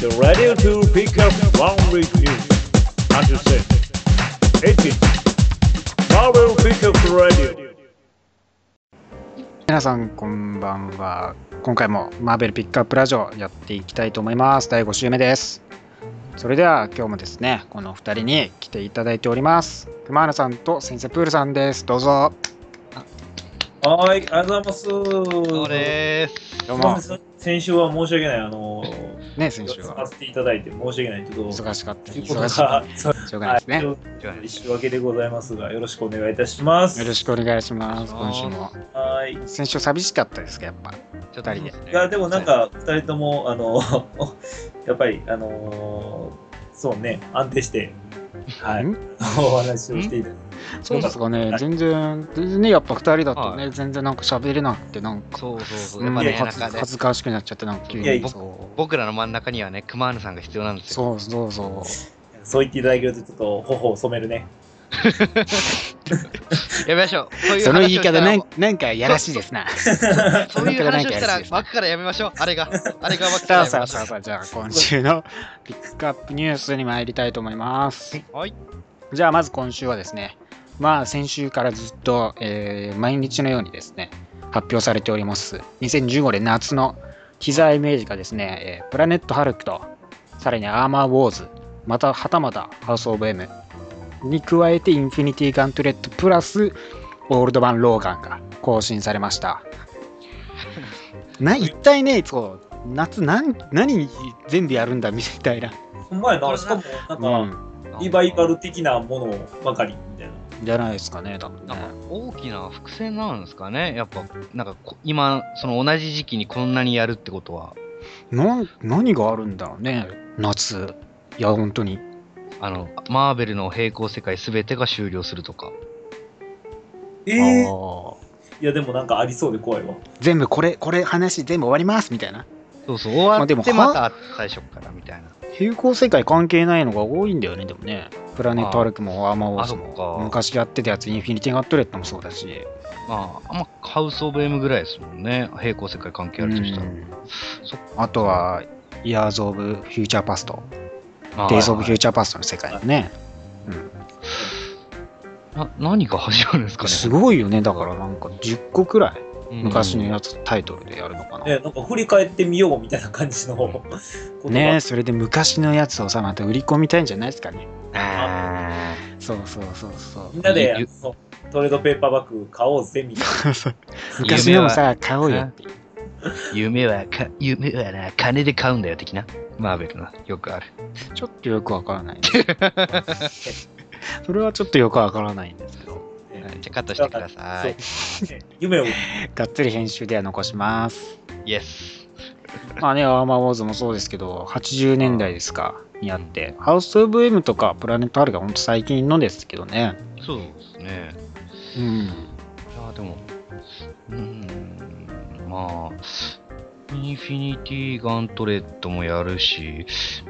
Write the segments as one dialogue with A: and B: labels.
A: You're ready to pick up one week in. As you said, 18. Marvel Pickup Radio.
B: 皆さんこんばんは今回もマーベルピックアップラジオやっていきたいと思います第5週目ですそれでは今日もですねこの2人に来ていただいております熊原さんと先生プールさんですどうぞ
C: はい、ありがとうご
D: そう
C: ざい
D: です。
B: どうも
C: ます。すいません先週は申し訳ない、あの、
B: ね先週
C: さ
B: は
C: せていただいて申し訳ないけど、
B: 忙しかった
C: という
B: 忙
C: こ
B: し
C: と
B: か
C: が
B: った
C: そう
B: しょうがないですね
C: は
B: よ
C: い一週明けでございますが、よろしくお願いいたします。
B: ろしくお願いします
D: お
B: 今
D: 願いし
B: 週
D: ま
B: も
C: はい。い
B: 先週寂しかったですかやっぱ
D: ちょっ
B: 二人で
C: や、でもなん、か、二人とも、あの、 やっぱり、あのそうね、安定して、はい、
B: ん
C: お話をしていただいて
B: そうですかね全然全然ねやっぱ2人だとね全然なんか喋れなくてなんか
D: そうそうそう。
B: う
D: やっ
B: ん
D: ぱ
B: 恥
D: ね、
C: い
D: なん
B: ず
D: かね
B: 恥、ずかしくなっちゃってなんか急
C: いやい
B: に
C: や
B: そう
D: 僕らの真ん中にはね、クマーヌさんが必要なんです
B: そ
D: よ。
B: うそうそう
C: そう言っていただけると、ちょっと頬を染めるね。
D: やめましょう。そういう
B: その言
D: 話
B: い
D: をした
B: 方な
D: ら
B: んなんかやらしいですな。
D: そういう話をした
B: なん
D: ら
B: か、
D: 枠からやめましょう。あ れが、あれが枠か
B: さあ
D: らや
B: さあ
D: めまし
B: さあさあじゃあ今週のピックアップニュースに参りたいと思います。
D: ょう。はい。
B: じゃあまず今週はですね、まあ先週からずっと、えー毎日のようにですね、発表されております。2015年夏のティザーイメージがですね、えープラネットハルクと、さらにアーマーウォーズ、またはたまたハウス・オブ・エムに加えてインフィニティ・ガントレットプラスオールド版ローガンが更新されま した。な一体ね、そう夏何何全部やるんだみたいな。
C: ほんまやな、しかも、なんか、
B: うん
C: リバイバル的なものばかりみたいな。
B: じゃないですかね、多分ね
D: なんか大きな伏線なんですかね。やっぱ、なんかこ今、その同じ時期にこんなにやるってことは、
B: なん何があるんだろうね夏いや本当に
D: あの、マーベルの平行世界すべてが終了するとか。
C: え
B: あ
C: ー
B: ー
C: いや、でもなんかありそうで怖いわ。
B: 全部これこれ話全部終わりますみたいな
D: そうそう、終わ
B: あでも
D: ってまた最初からみたいな。
B: 平行世界関係ないのが多いんだよねでもねプラネットアルクもアーマーウォーズ
D: あそっ
B: も
D: か
B: 昔やってたやつインフィニティガットレットもそうだし
D: まあ、あんまハウス・オブ・エムぐらいですもんね。平行世界関係あるとしたら。
B: うん
D: そっ
B: あとはイヤーズ・オブ・フューチャーパスト
D: まあ
B: デイズ・オブ・フューチャーパストの世界のね
D: な何が始まるんですかね
B: すごいよねだからなんか10個くらい
D: うん
B: 昔のやつタイトルでやるのかな、
C: ね、なんか振り返ってみようみたいな感じのことが
B: ねそれで昔のやつをさまた売り込みたいんじゃないですかね
D: あ
B: そうそうそうそ
C: みんなで
D: ゆ
C: そうトレードペーパーバッグ買おうぜみたいな。
B: う。昔のもさ、買おうよっていう。
D: ー夢はか夢はな金で買うんだよ的なマーベルなよくある
B: ちょっとよくわから ない。それはちょっとよくわからないんですけど、
C: ね
D: じゃあカットしてください
C: そうね夢を
B: がっつり編集では残します。
D: イエス
B: まあね、アーマーウォーズもそうですけど、80年代ですか、にあって、ハウス・オブ・エムとかプラネット・アルがほんと最近のですけどね。
D: そうですね
B: うん。
D: いやでもうーんまあインフィニティガントレットもやるし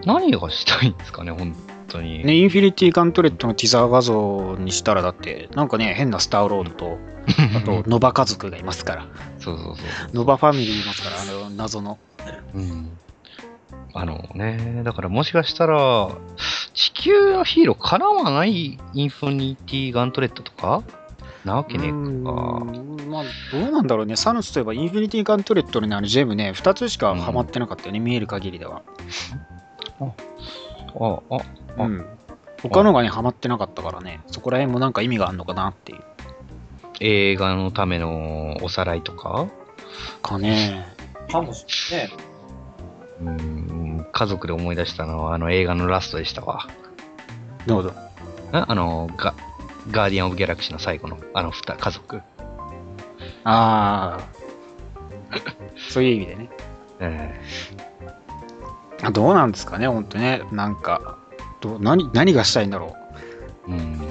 D: 何がしたいんですかね本当に
B: ね、インフィニティ・ガントレットのティザー画像にしたら、だって、なんかね、変なスター・ロードと、あと、ノバ家族がいますから。
D: そうそうそう
B: ノバファミリーいますから、あの、謎の。
D: うんあのね、だからもしかしたら、地球のヒーローからはないインフィニティガントレットとかなわけねえ
B: うーん
D: か。
B: まあ、どうなんだろうね、サノスといえばインフィニティ・ガントレットのねあのジェムね、2つしかハマってなかったよね、見える限りでは。
D: あ、あ、あ
B: うん。他のがね、ハマってなかったからね、そこら辺もなんか意味があるのかなっていう
D: 映画のためのおさらいとか、
B: かね。
C: かもしれないね。
D: うん、家族で思い出したのはあの映画のラストでしたわ。
B: どうぞ。
D: ああの、ガガーディアン・オブ・ギャラクシーの最後のあの二家族。
B: あ あ。そういう意味でね。
D: え
B: あどうなんですかね、ほんとね。なんかどう何、何がしたいんだろ
D: えうん。
B: う。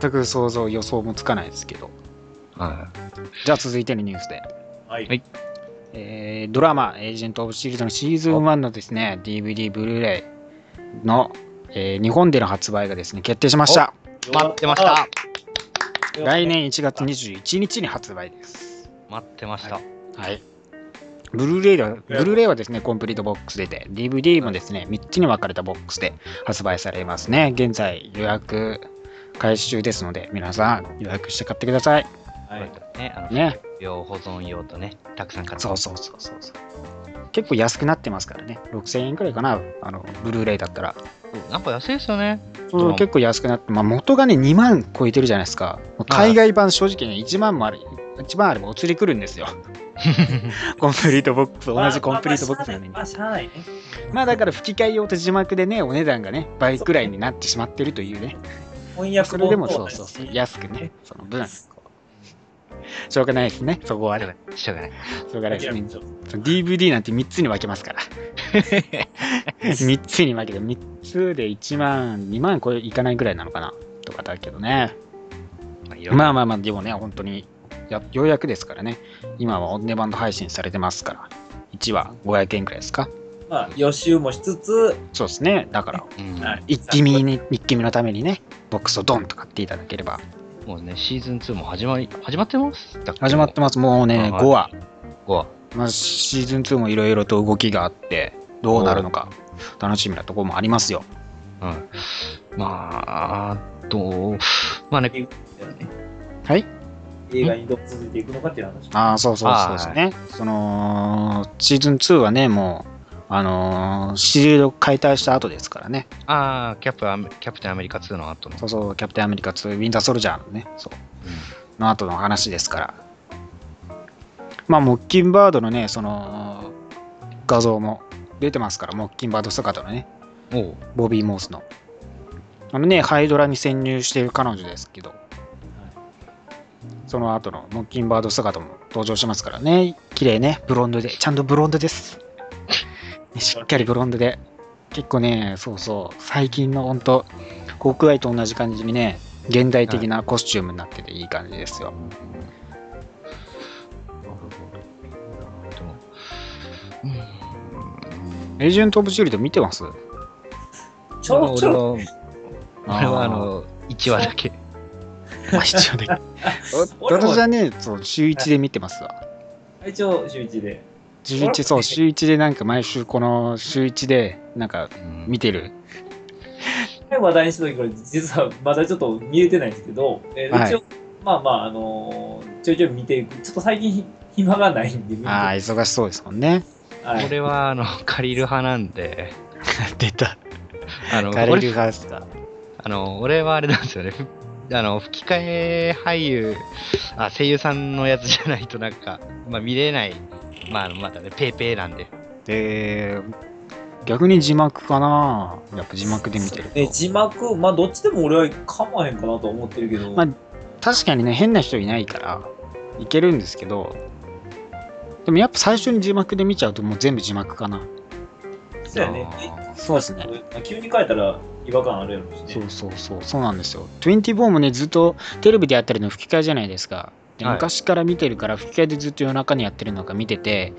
B: 全く想像、予想もつかないですけど。
D: は
B: じゃあ続いてのニュースで。
C: はい。
D: はい
B: えードラマ「エージェント・オブ・シールド」のシーズン1のですね DVD ブルーレイの、えー日本での発売がですね決定しました
D: い。待ってました
B: 来年1月21日に発売です
D: 待ってました。
B: はいブルーレイは、ブルーレイはですね、コンプリートボックス出て、DVD もですね、3つに分かれたボックスで発売されますね。現在予約開始中ですので、皆さん予約して買ってください。
C: はい。
D: ね、あの、
B: ね。
D: 用保存用とね、たくさん買って
B: そうそうそうそうそう。結構安くなってますからね。6000円くらいかな、あの、ブルーレイだったら。
D: なんか安いですよね。
B: そう
D: うん
B: 結構安くなって、まあ、元がね、2万超えてるじゃないですか。もう海外版、正直ね、1万もある、1万あればお釣り来るんです よ。コンプリートボックス、同じコンプリートボックスなのに。
C: まあ、しゃあないね。
B: まあだから吹き替え用と字幕でね、お値段がね、倍くらいになってしまってるというね、
C: 翻訳
B: それでもそうそうそう、安くね、その分、しょうがないですね、そこは。しょ
D: しょうがない。
B: うがないですね。
C: う
B: その DVD なんて3つに分けます から。3つに分けて、3つで1万、2万これいかないぐらいなのかな、とかだけどね。
D: まあ、いろんな
B: まあまあまあ、でもね、本当にや、ようやくですからね、今はオンデマンド配信されてますから、1話500円くらいですか。
C: まあ、予習もしつつ、
B: そうですね、だから、
D: うん
C: はい
B: 一気見に、一気見のためにね、ボックスをドンと買っていただければ。
D: もうね、シーズン2も始まり、始まってますだけ
B: 始まってます。もうね、
D: はい
B: 5話。
D: こは。
B: まあ、シーズン2もいろいろと動きがあって、どうなるのか、楽しみなところもありますよ。
D: うん。まあ、どう、まあね、
B: はい
C: 映画にどう続いていくのかっていう話。
B: ああ、そうそうそうですね。その、シーズン2はね、もう、あのーシールドを解体した後ですからね。
D: ああ、キャプアメキャプテンアメリカ2の後の。
B: そうそう、キャプテンアメリカ2、ウィンターソルジャーのね、そう。の後の話ですから。まあ、モッキンバードのね、その、画像も出てますから、モッキンバード姿のね、
D: うんおう
B: ボビー・モースの。あのね、ハイドラに潜入している彼女ですけど、その後のモッキンバード姿も登場しますからね、綺麗ね、ブロンドで、ちゃんとブロンドです。ねしっかりブロンドで。結構ね、そうそう、最近のほんと、ホークアイと同じ感じにね、現代的なコスチュームになってていい感じですよ。
D: なるほど。うん
B: エージェント・オブ・シールド見てます
C: ちょろちょろ。
D: 俺は、俺はあの、1話だ け。
B: まあ一応ね。
C: 俺も
B: 私はね、そう、週1で見てますわ。
C: 一応、週一で。
B: 週一そう、週1でなんか毎週この週1で、なんか
D: うん
B: 見てる。
C: 話題にした時これ実はまだちょっと見れてないんですけど、えー
B: はい
C: 一応まあまああのーちょいちょい見ていくちょっと最近ひ暇がないんで見て
B: ああ、忙しそうですもんね。
C: はい
D: 俺は、あの、借りる派なんで、
B: 出た。
D: あの、
B: ガレル
D: 俺
B: ガスか。
D: あの俺はあれなんですよね。ふあの吹き替え俳優あ、声優さんのやつじゃないとなんか、まあ、見れない、まあ、まだね、ペーペーなんで。
B: えー、逆に字幕かなやっぱ字幕で見てると
C: ね字幕まあどっちでも俺は構わへんかなと思ってるけど、
B: まあ確かにね、変な人いないから、いけるんですけど、でもやっぱ最初に字幕で見ちゃうともう全部字幕かな。
C: そうやね
B: そうですね。
C: まあ急に変えたら違和感あるやろうし
B: そ
C: ね
B: うそうそう、そうなんですよ。24もね、ずっとテレビでやってるの吹き替えじゃないですか。で
D: はい
B: 昔から見てるから、吹き替えでずっと夜中にやってるのが見てて、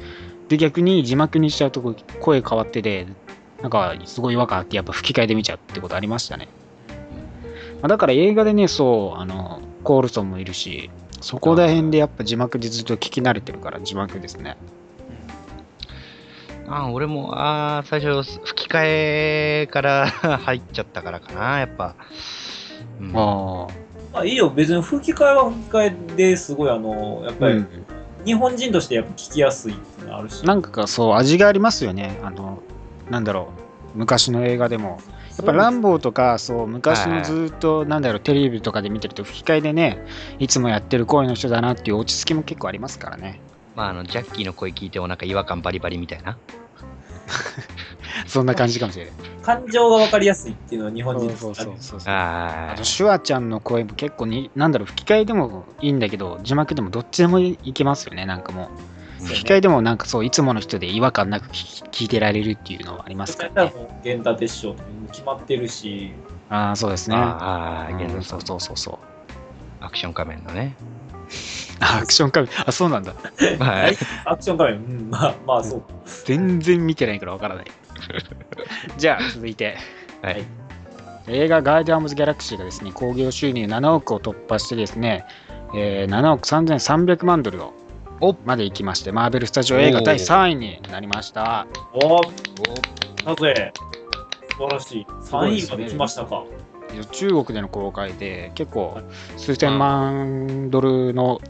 B: で、逆に字幕にしちゃうとこう声変わってて、なんかすごい違和感あって、やっぱ吹き替えで見ちゃうってことありましたね。まあだから映画でね、そう、あの、コールソンもいるし、そこら辺でやっぱ字幕でずっと聞き慣れてるから、字幕ですね。
D: あ俺もあー最初、吹き替えから入っちゃったからかな、やっぱ。うん
B: あ
C: まあいいよ別に吹き替えは吹き替えですごいあのやっ
B: あ、
C: ぱ
B: う
C: り
B: ん。
C: 日本人としてやっぱ聞きやすいっていうのはあるし、
B: なんかそう、味がありますよね。あの、なんだろう、昔の映画でも。やっぱランボーとかそう昔のずっとなんだろうテレビとかで見てると吹き替えでねいつもやってる声の人だなっていう落ち着きも結構ありますからね
D: まあ、あのジャッキーの声聞いてもなんか違和感バリバリみたいな。
B: そんな感じかもしれない
C: 感情がわかりやすいっていうのは日本人として
B: そ
C: は
B: うそうそうそうあ
D: あ
B: とシュワちゃんの声も結構になんだろう吹き替えでもいいんだけど字幕でもどっちでもいけますよねなんかもう
D: うん
B: 吹き替えでもなんかそういつもの人で違和感なく聞き聞いてられるっていうのはあります
C: そ
B: か
C: れ
B: ら
C: から
B: ね
C: もう源太鉄匠って決まってるし
B: ああそうですね
D: ああー、
B: う
D: 現
B: ん
D: 在
B: そうそうそうそう
D: アクション仮面のね。
B: あアクション仮面あそうなんだ
D: はい。
C: アクション仮面、うん、まあ、まあ、そう。
B: 全然見てないからわ からないじゃあ続いて、
D: はい
B: 映画「ガーディアムズ・ギャラクシー」がですね興行収入7億を突破してですね、えー7億3300万ドルを
D: お
B: まで行きまして、マーベルスタジオ映画第3位になりました。
C: おなぜ素晴らしい。3
B: いで
C: 位
B: すね
C: まで来ましたか。
B: 中国での公開で、結構数千万ドルの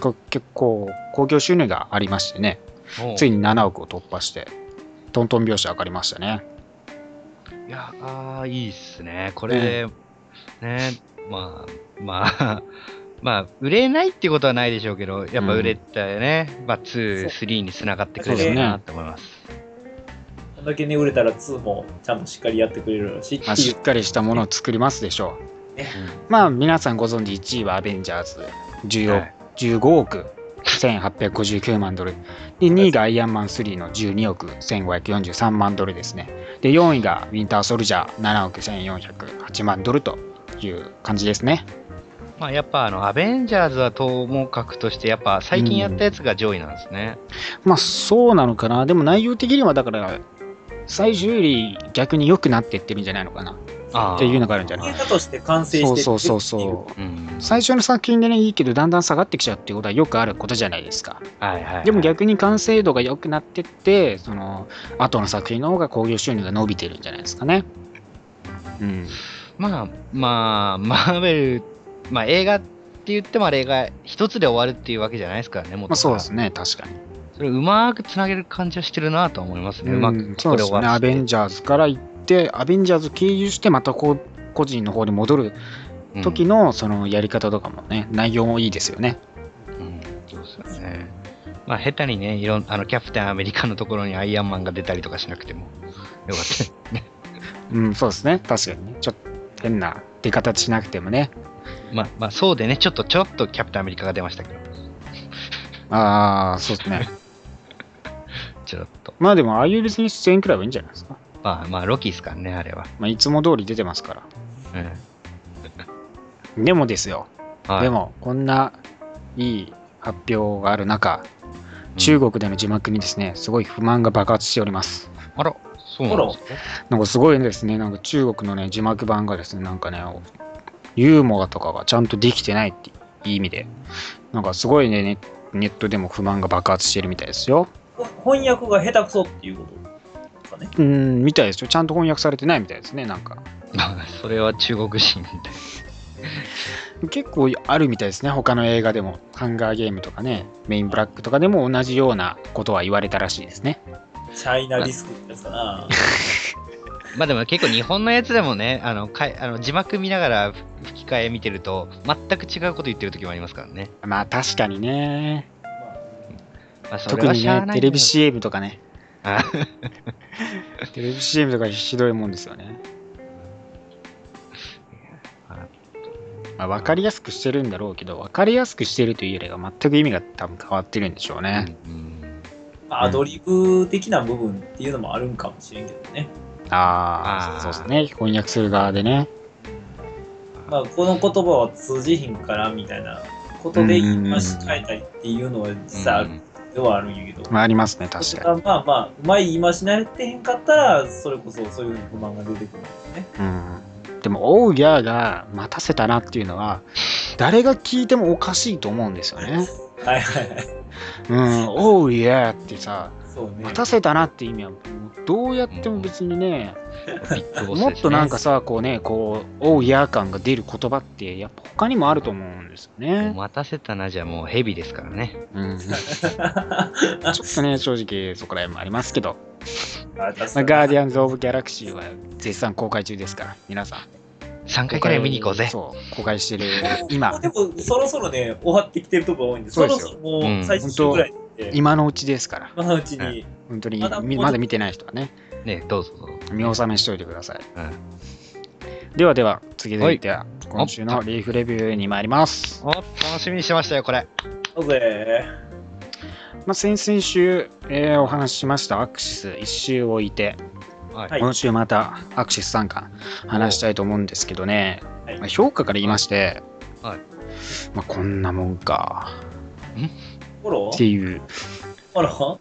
B: こ結構興行収入がありましてね、
D: お
B: ついに7億を突破して、トントン拍子上がりましたね。
D: いやー、いいっすね。これで、ね、まあ、まあ、 まあ、売れないってことはないでしょうけど、やっぱ売れたよね、まあ、2、3につながってくれ
C: そう
D: る
C: です
B: ね
D: なと思います。
C: こんだけね、売れたら2もちゃんとしっかりやってくれるしって
B: まあ、
C: い
B: し
C: う
B: っ。かりしたものを作りますでしょ
D: うん
B: う。まあ、皆さんご存知、1位はアベンジャーズ14、
D: はい
B: 15億1859万ドル。で、2位がアイアンマン3の12億1543万ドルですね。で、4位がウィンターソルジャー7億1408万ドルという感じですね。
D: まあ、やっぱあの、アベンジャーズはともかくとして、やっぱ最近やったやつが上位なんですね。
B: まあ、そうなのかな。でも内容的には、だから、最終より逆に良くなっていってるんじゃないのかな。
D: あー
B: っていうのがあるんじゃない
C: 映画として完成して
B: そ
C: っ
B: う
C: て
B: そうそうそう。
D: うん。
B: 最初の作品でね、いいけど、だんだん下がってきちゃうっていうことはよくあることじゃないですか。
D: はいはいはい。
B: でも逆に完成度が良くなってって、その後の作品の方が興行収入が伸びてるんじゃないですかね。うん。
D: まあまあ、マーベル、まあ映画って言ってもあれが一つで終わるっていうわけじゃないですからね、もっ
B: まあ
D: と
B: そうですね、確かに。
D: それうまくつなげる感じはしてるなとは思いますね。うま
B: うん
D: く
B: そうですね、アベンジ
D: ジ
B: ャーズから行って、アベンジャーズ経由して、またこう個人の方に戻る時の、そのやり方とかもね、内容もいいですよね。
D: うん、そうですよね。まあ、下手にね、いろんあのキャプテンアメリカのところにアイアンマンが出たりとかしなくてもよかった。
B: うん、そうですね、確かにね。ちょっと変な出方しなくてもね。
D: まあ、まあ、そうでね、ちょっとちょっとキャプテンアメリカが出ましたけど、
B: ああ、そうです ね。
D: ちょろっと。
B: まあでも、ああいう別に出演くらいはいいんじゃないですか。
D: まあまあ、ロキですからね、あれは。
B: まあ、いつも通り出てますから。
D: うん。
B: でもですよ、
D: はい
B: で、も、こんないい発表がある中、
D: うん
B: 中。国での字幕にですね、すごい不満が爆発しております。
D: あら、そうなんですね。
B: なんかすごいですね、なんか中国のね、字幕版がですね、なんかね、ユーモアとかがちゃんとできてないっていう意味で、なんかすごいね、ネネットでも不満が爆発してるみたいですよ。
C: 翻訳が下手くそっていうことですかね。
B: うーん、みたいですよ。ちゃんと翻訳されてないみたいですね、なんか。
D: まあ、 それは中国人みたい
B: 結構あるみたいですね、他の映画でも。ハンガーゲームとかね、メインブラックとかでも同じようなことは言われたらしいですね。
C: チャイナリスクってやつか な。
D: まあでも結構日本のやつでもね、あのかいあの字幕見ながら吹き替え見てると、全く違うこと言ってる時もありますからね。
B: まあ確かにね。
D: まあ、そ
B: 特
D: れは
B: に
D: しゃ
B: ね
D: あ、ない
B: テ
D: けど
B: レビ CM とかね。
D: あ
B: テレビ CM とかひどいもんですよね。まあ、分かりやすくしてるんだろうけど、分かりやすくしてるというよりは全く意味が多分変わってるんでしょうね。
D: うん
C: まあアドリブ的な部分っていうのもあるんかもしれんけどね。
B: ああ、
D: あー
B: そうですね。翻訳する側でね。
C: まあ、この言葉は通じひんからみたいなことで言い回し変えたりっていうのは実際あるではあるんやけど、
B: まあ、ありますね、
C: そ
B: 確
C: れが
B: か
C: まあまあ、うまい言い回しなれてへんかったら、それこそそういうふうに不満が出てくるんですね。
B: に。うん。でも、オーギャーが待たせたなっていうのは、誰が聞いてもおかしいと思うんですよね。
C: はいはいはい。
B: うん、オーギャーってさ、
C: そうね。
B: 待たせたなって意味は、もうどうやっても別にね、
D: ビッグ ボスですね
B: もっとなんかさ、こうね、こう、オーヤー感が出る言葉って、やっぱ他にもあると思うんですよね。
D: 待たせたなじゃもうヘビですからね。
B: うん、ち ょっとね、正直そこら辺もありますけど、まあ、ガーディアンズ・オブ・ギャラクシーは絶賛公開中ですから、皆さん。
D: 3回くらい見に行こうぜ。
B: そう、公開してる
C: もう
B: 今、
C: でも、そろそろね、終わってきてるところ多いんで、
B: そう
C: そ
B: で
C: ろ
B: すよ
C: そろも
D: う
C: うん最終ぐらいで、
B: 今のうちですから、
C: 今のうちに、
B: 本当に
C: まだ
B: みまだ見てない人はね、
D: ね、どうぞどうぞ。
B: 見納めしておいてください。
D: う
B: ではでは、次続いては、今週のリーフレビューに参ります。
D: お楽しみにしてましたよ、これ。
C: そうぜ
B: まあ、先々週、えーお話ししましたアクシス1周置いて、
D: はい
C: はい
B: 今週またアクシスさんか話したいと思うんですけどね、
C: はい
B: まあ評価から言いまして、
D: はい
B: まあ、こんなもんか
C: フォロ
B: って
C: ー
B: い
C: フ
B: う、
C: ォロ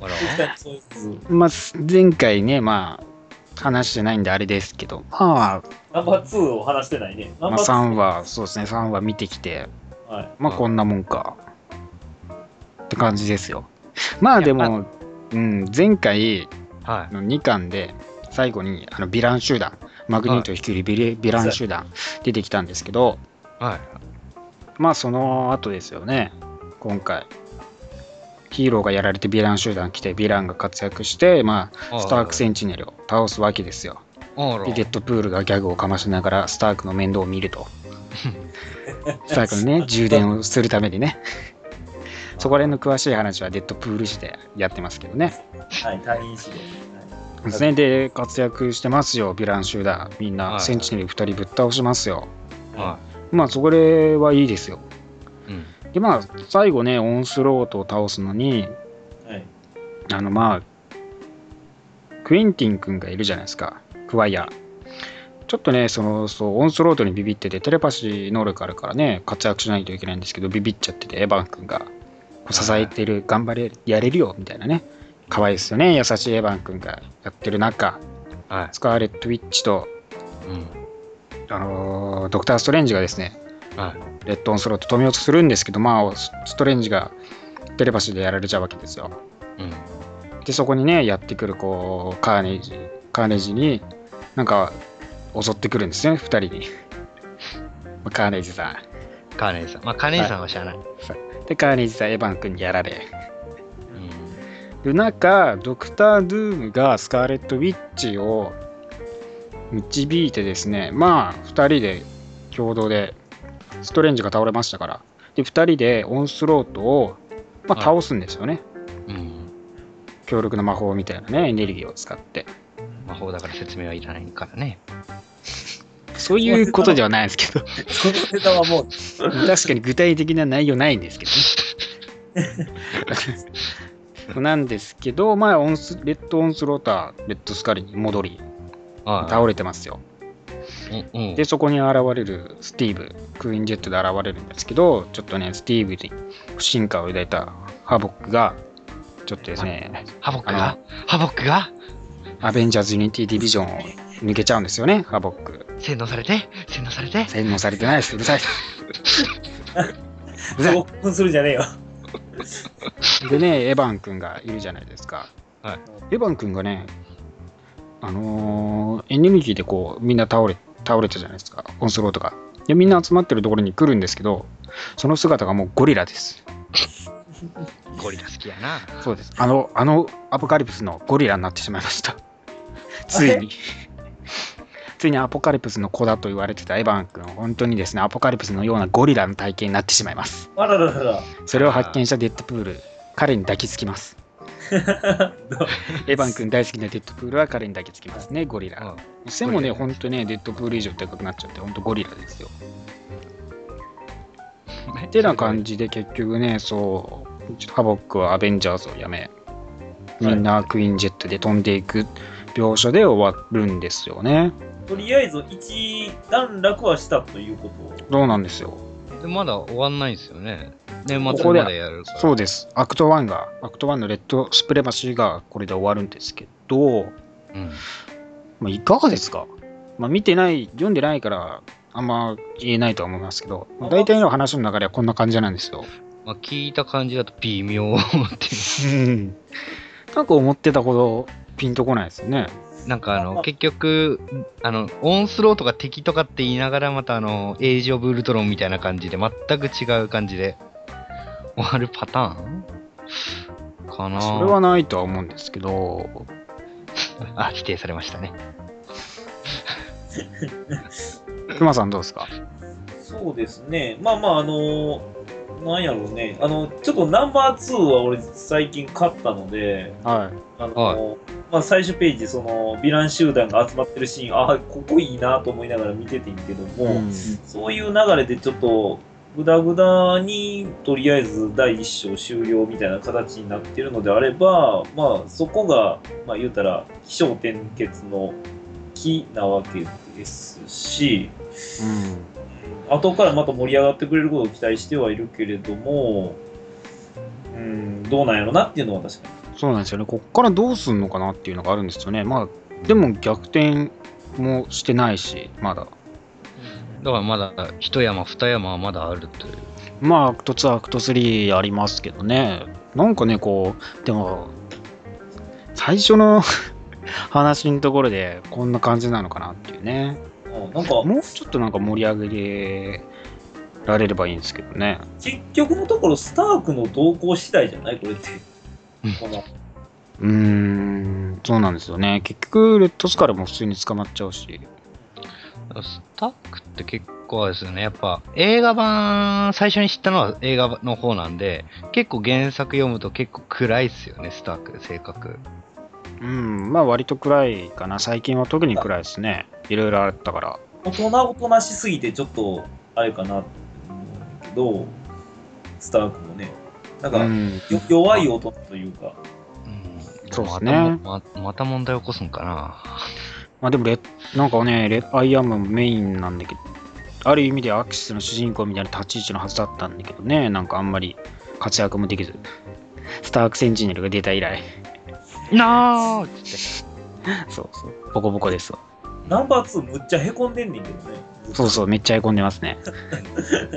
D: あら
C: ー絶対にそうです
B: まあ、前回ね、まあ、話してないんであれですけど、ま
C: ナンバー2を話してないね。ナ
B: あ、
C: ン
B: ま
C: バ
B: あ、
C: ー2。
B: 3話、そうですね、3話見てきて、
C: はい
B: まあ、
D: はい
B: こんなもんか。って感じですよ。まあで
D: いや
B: も、うん、前回
D: は
B: の2巻で最後にあのヴィラン集団マグニートを率いるヴィレヴィラン集団出てきたんですけど、
D: い。はい。
B: まあその後ですよね今回ヒーローがやられてヴィラン集団来てヴィランが活躍して、まあ、スタークセンチネルを倒すわけですよ。
D: あら
B: でデッドプールがギャグをかましながらスタークの面倒を見る とスタークのね充電をするためにねそこら辺の詳しい話はデッドプール誌でやってますけどね
C: はい、退院しで。
B: ですねで活躍してますよヴィラン集団みん
D: はい
B: な
D: はい
B: センチネル2人ぶっ倒しますよ
D: は
B: まあそこではいいですよ
D: い。うん。
B: でまあ最後ねオンスロートを倒すのに
C: はい。はい。
B: あのまあクエンティン君がいるじゃないですかクワイヤーちょっとねそのそうオンスロートにビビっててテレパシー能力あるからね活躍しないといけないんですけどビビっちゃっててエヴァン君がこう支えてる頑張れやれるよみたいなね可愛いですよね優しいエヴァン君がやってる中
D: はい。
B: スカーレット・ウィッチと、
D: うん。
B: あのードクター・ストレンジがですね
D: はい。
B: レッド・オンスロート止めようとするんですけどまあスストレンジがテレパシーでやられちゃうわけですよ
D: うん。
B: でそこにねやってくるこうカーネージカーネージになんか襲ってくるんですね2人に カーネージさ
D: カーネイさん。まあ、カーネイさんは知らない。
B: んでカーネージさんエヴァン君にやられ
D: うん。
B: る中ドクター・ドゥームがスカーレット・ウィッチを導いてですねまあ2人で共同でストレンジが倒れましたからで2人でオンスロートを、まあ、
D: はい
B: 倒すんですよね、
D: うん。
B: 強力な魔法みたいなねエネルギーを使って
D: 魔法だから説明はいらないからね。
B: そういうことではないですけど
C: そのネタはもう、
B: 確かに具体的な内容ないんですけ どね。なんですけど、まあ、オンスレッド・オンスローター、レッド・スカリに戻り、
D: はい。
B: 倒れてますよ。
D: うん。うん
B: で、そこに現れるスティーブ、クイーンジェットで現れるんですけど、ちょっとね、スティーブに不信感を抱いたハボックが、ちょっとですね、
D: ハボック
B: あ
D: がハボックが
B: アベンジャーズ・ユニティ・ディビジョンを抜けちゃうんですよね、ハボック。
D: 洗脳されて洗脳されて
B: 洗脳されてないです、うる さい。うるさい
C: 興奮するんじゃねえ よ。
B: でね、エヴァン君がいるじゃないですか。
D: はい
B: エヴァン君がね、あのーエネルギーでこうみんな倒れ倒れたじゃないですか、オンスローとか。で、みんな集まってるところに来るんですけど、その姿がもうゴリラです。
D: ゴリラ好きやな。
B: そうです。あの、あのアポカリプスのゴリラになってしまいま した。ついに。ついにアポカリプスの子だと言われてたエヴァン君、本当にですね、アポカリプスのようなゴリラの体型になってしまいます。
C: あらららら。
B: それを発見したデッドプール、彼に抱きつきます。
C: どう
B: エヴァン君大好きなデッドプールは彼に抱きつきますね、ゴリ
D: う
B: ラ
D: ん。
B: 背もね、
D: ゴリラ
B: ほんとね、デッドプール以上でかくなっちゃって、ほんとゴリラですよ。てな感じで、結局ね、そう、ハボックはアベンジャーズをやめ、みんなクイーンジェットで飛んでいく描写で終わるんですよね。
C: とりあえず、一段落はしたということ
B: そうなんですよ。
D: でまだ終わんないんですよね。年
B: こ
D: 末
B: こ
D: ま
B: で
D: でやるから。
B: そうです。アクト1が、アクト1のレッドスプレマシーがこれで終わるんですけど、
D: うん。
B: まあ、いかがですか、まあ、見てない、読んでないから、あんま言えないとは思いますけど、まあ、大体の話の流れはこんな感じなんですよ。
D: まあ、聞いた感じだと微妙ってい
B: うんなんか思ってたほどピンとこないですよね。
D: う。 なんかあ
C: ま
D: の、
C: あ
D: 結局、あの、オンスローとか敵とかって言いながら、またあの、エイジオブウルトロンみたいな感じで、全く違う感じで終わるパターンかな
B: それはないとは思うんですけど、
D: あ、否定されましたね。
B: クマさんどうですか
C: そうですね。まあまあ、あのなんやろうね。あの、ちょっとナンバー2は俺最近買ったので、
B: はい。
C: あの
D: は
C: まあ最初ページ、その、ヴィラン集団が集まってるシーン、ああ、ここいいなと思いながら見ててんけども、
B: うん
C: そういう流れでちょっと、グダグダに、とりあえず第一章終了みたいな形になってるのであれば、まあ、そこが、まあ、言うたら、起承転結の木なわけですし、後からまた盛り上がってくれることを期待してはいるけれども、うん、どうなんやろなっていうのは確かに。
B: そうなんですよね。こっからどうすんのかなっていうのがあるんですよね。まあ、でも逆転もしてないし、まだ。
D: だからまだ、一山、二山はまだあるという。
B: まあ、アクト2、アクト3ありますけどね。なんかね、こう、でも、最初の 話のところでこんな感じなのかなっていうね。
C: うんなんか
B: もうちょっとなんか盛り上げられればいいんですけどね。
C: 結局のところスタークの動向次第じゃないこれって
D: うん
C: この
B: うーん、そうなんですよね。結局、レッドスカルも普通に捕まっちゃうし。
D: スタックって結構ですね、やっぱ映画版、最初に知ったのは映画の方なんで、結構原作読むと結構暗いっすよね、スターク、性格。
B: うん、まあ割と暗いかな。最近は特に暗いですね。いろいろあったから。
C: 大人大人しすぎてちょっとあれかなって思うんだけどスタークもねなんか、
B: うん、
C: よ弱い大人というか
D: うん、
B: そうっすね
D: またもままた問題起こすんかな。
B: まあでもレ、なんかね、レアイアンマンメインなんだけど、ある意味でアクシスの主人公みたいな立ち位置のはずだったんだけどね、なんかあんまり活躍もできず、スタークセンチネルが出た以来、
D: なあつっ
B: そうそう、ボコボコですわ。
C: ナンバー2むっちゃへこんでんねんけどね
B: そうそう、めっちゃへこんでますね。
D: て、デ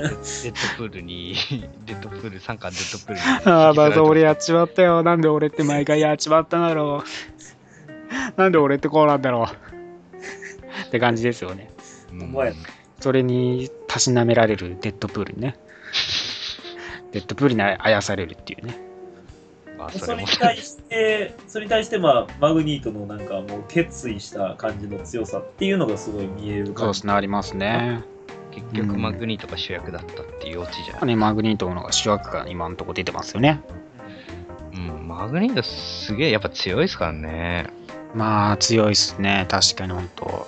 D: ッドプールに、デッドプール、参加デッドプールに。
B: ああ、バ
D: ズ
B: ズ俺やっちまったよ。なんで俺って毎回やっちまったんだろう。なんで俺ってこうなんだろう。って感じですよね。
D: うん
C: お前
B: それにたしなめられるデッドプールにね。デッドプールにあやされるっていうね。
D: まあ、
C: そ
D: そ
C: れ
D: れ
C: に
D: も。
C: 対して、それに対して、まあ、マグニートのなんかもう決意した感じの強さっていうのがすごい見える
B: そう
C: 感
B: で
C: じ。
B: すね、ありますね。
D: 結局、マグニートが主役だったっていうオチじゃん。
B: ねマグニートの方が主役が今んとこ出てますよね。
D: うん、マグニートすげえ、やっぱ強いですからね。
B: まあ強いっすね、確かに本当。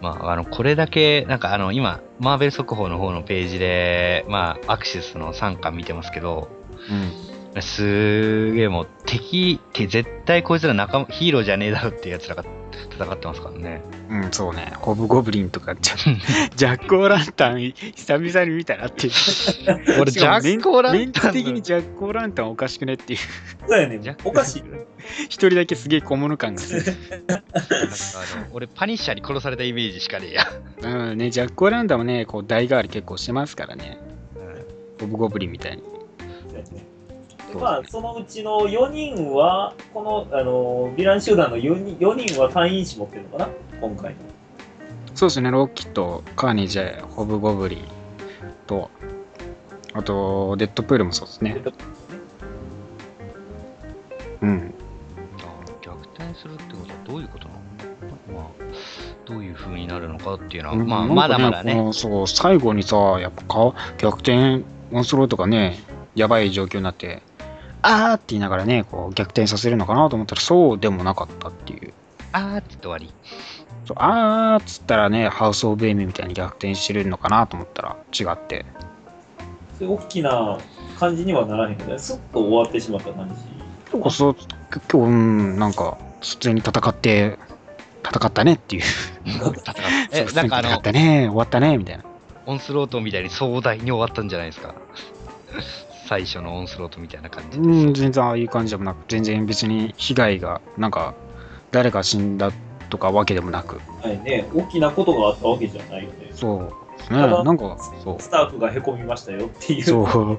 D: まあ、あの、これだけ、なんかあの、今、マーベル速報の方のページで、まあ、アクシスの3巻見てますけど、
B: うん。
D: すげえもう、敵って絶対こいつら仲間、ヒーローじゃねえだろっていう奴らが戦ってますからね。
B: うん、そうね。ホブゴブリンとか、ジャ ジャック・オーランタン、久々に見たなっていう。
D: 俺、ジャック・オーラン
B: 面
D: タ
B: 積
D: ン
B: 的に
D: の。
B: ジャック・オーランタンおかしくねっていう。
C: そうやね
D: ジャッ
C: ん
D: ク。
C: おかしい。
B: 一人だけすげえ小物感がする。
D: なんかあの俺、パニッシャーに殺されたイメージしかねえや。
B: うんね、ジャック・オーランタンもね、こう代替わり結構してますからね。
D: う
B: ホ
D: ん
B: ブゴブリンみたいに。
C: でまあ、そのうちの4人は、この、あの、ヴィラン集団の4人 ,4 人は単位士持ってるのかな今回の。
B: そうですね、ロッキーとカーネージャー、ホブゴブリンと、あと、デッドプールもそうですね。うん。
D: 逆転するってことはどういうことなのまあ、どういう風になるのかっていうのは、
B: うん
D: まあ、
B: なんか
D: まだまだね
B: こ。のそう、最後にさ、やっぱ顔逆転、オンスローとかね、やばい状況になって、あーって言いながらね、こう逆転させるのかなと思ったら、そうでもなかったっていう。
D: あーって言って終わ り。
B: そうあーっつったらね、ハウス・オブ・エムみたいに逆転してるのかなと思ったら、違って。
C: そういう大きな感じにはならへんけどね。スッと終わってしまった感じ。
B: 今日そう、今日、うん、なんか、普通に戦って、戦ったねっていう。
D: え、
B: 普通
D: なん
B: に
D: かあ
B: 戦っ
D: の、
B: たね、終わったね、みたいな。
D: オンスロートみたいに壮大に終わったんじゃないで すか。最初のオンスロートみたいな感じ。
B: うん、全然ああいう感じでもなく、全然別に被害が、なんか、誰が死んだとかわけでもなく、
C: はいね。大きなことがあったわけじゃないよね。
B: そうですね、
C: ただ
B: なんか、そ、
C: スタークがへこみましたよっていうう。
B: そう、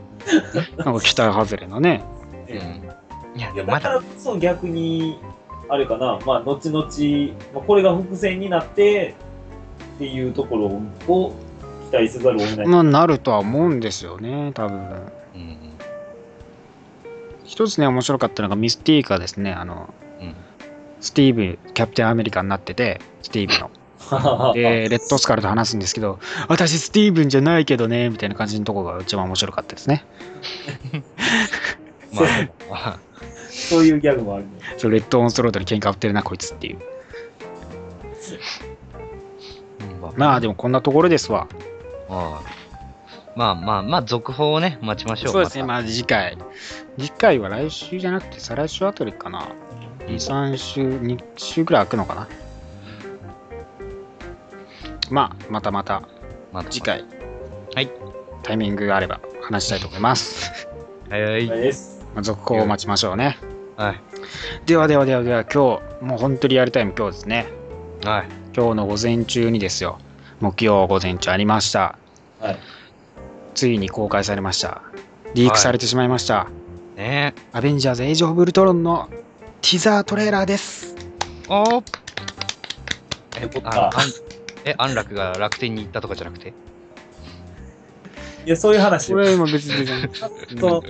B: なんか期待外れのね、
D: うん
C: ね
D: いや、
C: い
D: で
C: や
D: も
C: だ
D: ま
C: から
D: だ
C: こ、そ逆にあれかなまあ後々、まあ、これが伏線になってっていうところを期待せざるを得ない、
B: まあ、なるとは思うんですよね、多分。
D: うん。
B: 一つね、面白かったのが、ミスティークがですね、あの、
D: うん
B: スティーブ、キャプテンアメリカになってて、スティーブ の。で、レッドスカルと話すんですけど、私、スティーブンじゃないけどね、みたいな感じのとこが一番面白かったですね。
D: まあでも、まあ
C: そういうギャグもあるね
B: そうレッドオンストロードに喧嘩売ってるな、こいつっていう。
D: うん
B: まあ、でもこんなところですわ。
D: まあまあまあ、まあ、続報をね、待ちましょう。
B: そうですね、
D: ま
B: まあ次回。次回は来週じゃなくて、再来週あたりかな。
D: た
B: 2、3週、2週くらい空くのかな。まあ、またまた
D: また
B: 次。回。
D: はい。
B: タイミングがあれば話したいと思います。
D: はいはい
C: あ。れです
B: まあ続行を待ちましょうね。
D: はい。
B: ではではではでは、今日、もう本当リアルタイム今日ですね。
D: はい。
B: 今日の午前中にですよ木曜午前中ありました
C: はい
B: ついに公開されましたリークされてしまいました。
D: ね
B: アベンジャーズ・エイジ・オブ・ウルトロンのティザートレーラーです。
D: おー
C: よかった
D: あのあんえ、安楽が楽天に行ったとかじゃなくて
C: いや、そういう話
B: こ
C: よ。
B: れ今別に、
C: そう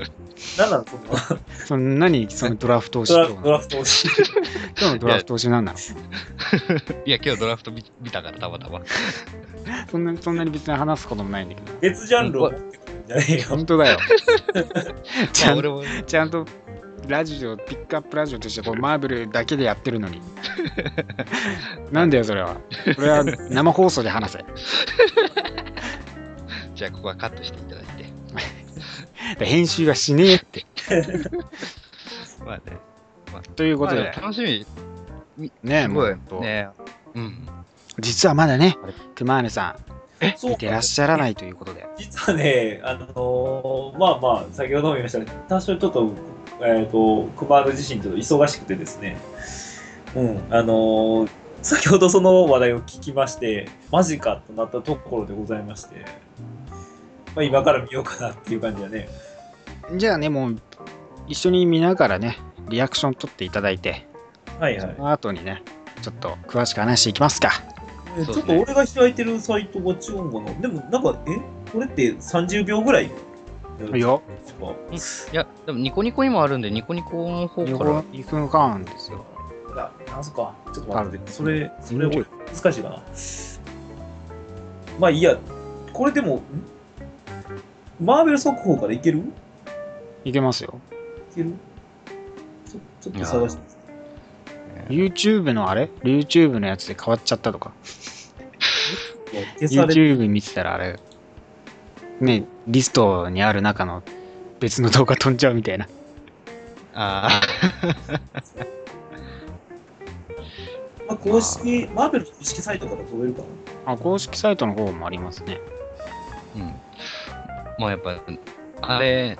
C: なんなんその
B: その何そのドラフト推し
C: ドラ
B: 今日
C: ド
B: の
C: ラフトをし
B: 今日のドラフト推し何なの
D: いや、今日ドラフト見見たから、たまたま。
B: そんなそんなに別に話すこともないんだけど。
C: 別ジャンルを持ってくるんじゃねえよ。
B: 本当 だよ。ち
D: ま
B: ゃ
D: あ、
B: ん
D: 俺も、
B: ちゃんとラジオ、ピックアップラジオとしてこうマーブルだけでやってるのに。なんだよ、それは。それは生放送で話せ。
D: じゃあここはカットしていただいて。
B: 編集はしねえって。
D: まあね。
B: ということ
D: ま
B: で
D: あ、楽しみ。
B: ね
D: す
B: も
D: ごいう
B: ほんと
D: ね。うん。
B: 実はまだね、熊谷さん、
C: そう
B: 見てらっしゃらないということで。
C: 実はね、あのーまあまあ、先ほども言いましたが、多少ちょっと、えっ、と、熊野自身ちょっと忙しくてですね、うん、あのー先ほどその話題を聞きまして、マジかとなったところでございまして、まあ、今から見ようかなっていう感じだね。
B: じゃあね、もう一緒に見ながらね、リアクション取っていただいて、
C: はいは
B: その後にね、ちょっと詳しく話していきますか。
C: い。
D: そう
C: ちょっ
D: です
C: と
D: ね
C: 俺が開いてるサイトが違うんかな。でもなんか、えこれって30秒ぐらい
B: いいよ、
D: いや、でもニコニコにもあるんで、ニコニコの方
B: 日
D: から
B: 本、行くのかなんですよ。
C: あ、あ、そっか。ちょっと待って。それ、それ
B: 見る
C: 難しいかな。まあいいや、これでも、んマーベル速報からいけるい
B: いけますよ。
C: けるちょちょっと探して。
B: YouTube のあれ ?YouTube のやつで変わっちゃったとか。
C: 消され
B: YouTube 見てたらあれ、ね、リストにある中の別の動画飛んじゃうみたいな。
D: あ
C: まあ、公式、マーベルの公式サイトから飛べるかな。
B: あ、公式サイトの方もありますね。
D: あ、うん。まあやっぱ、あれ、ね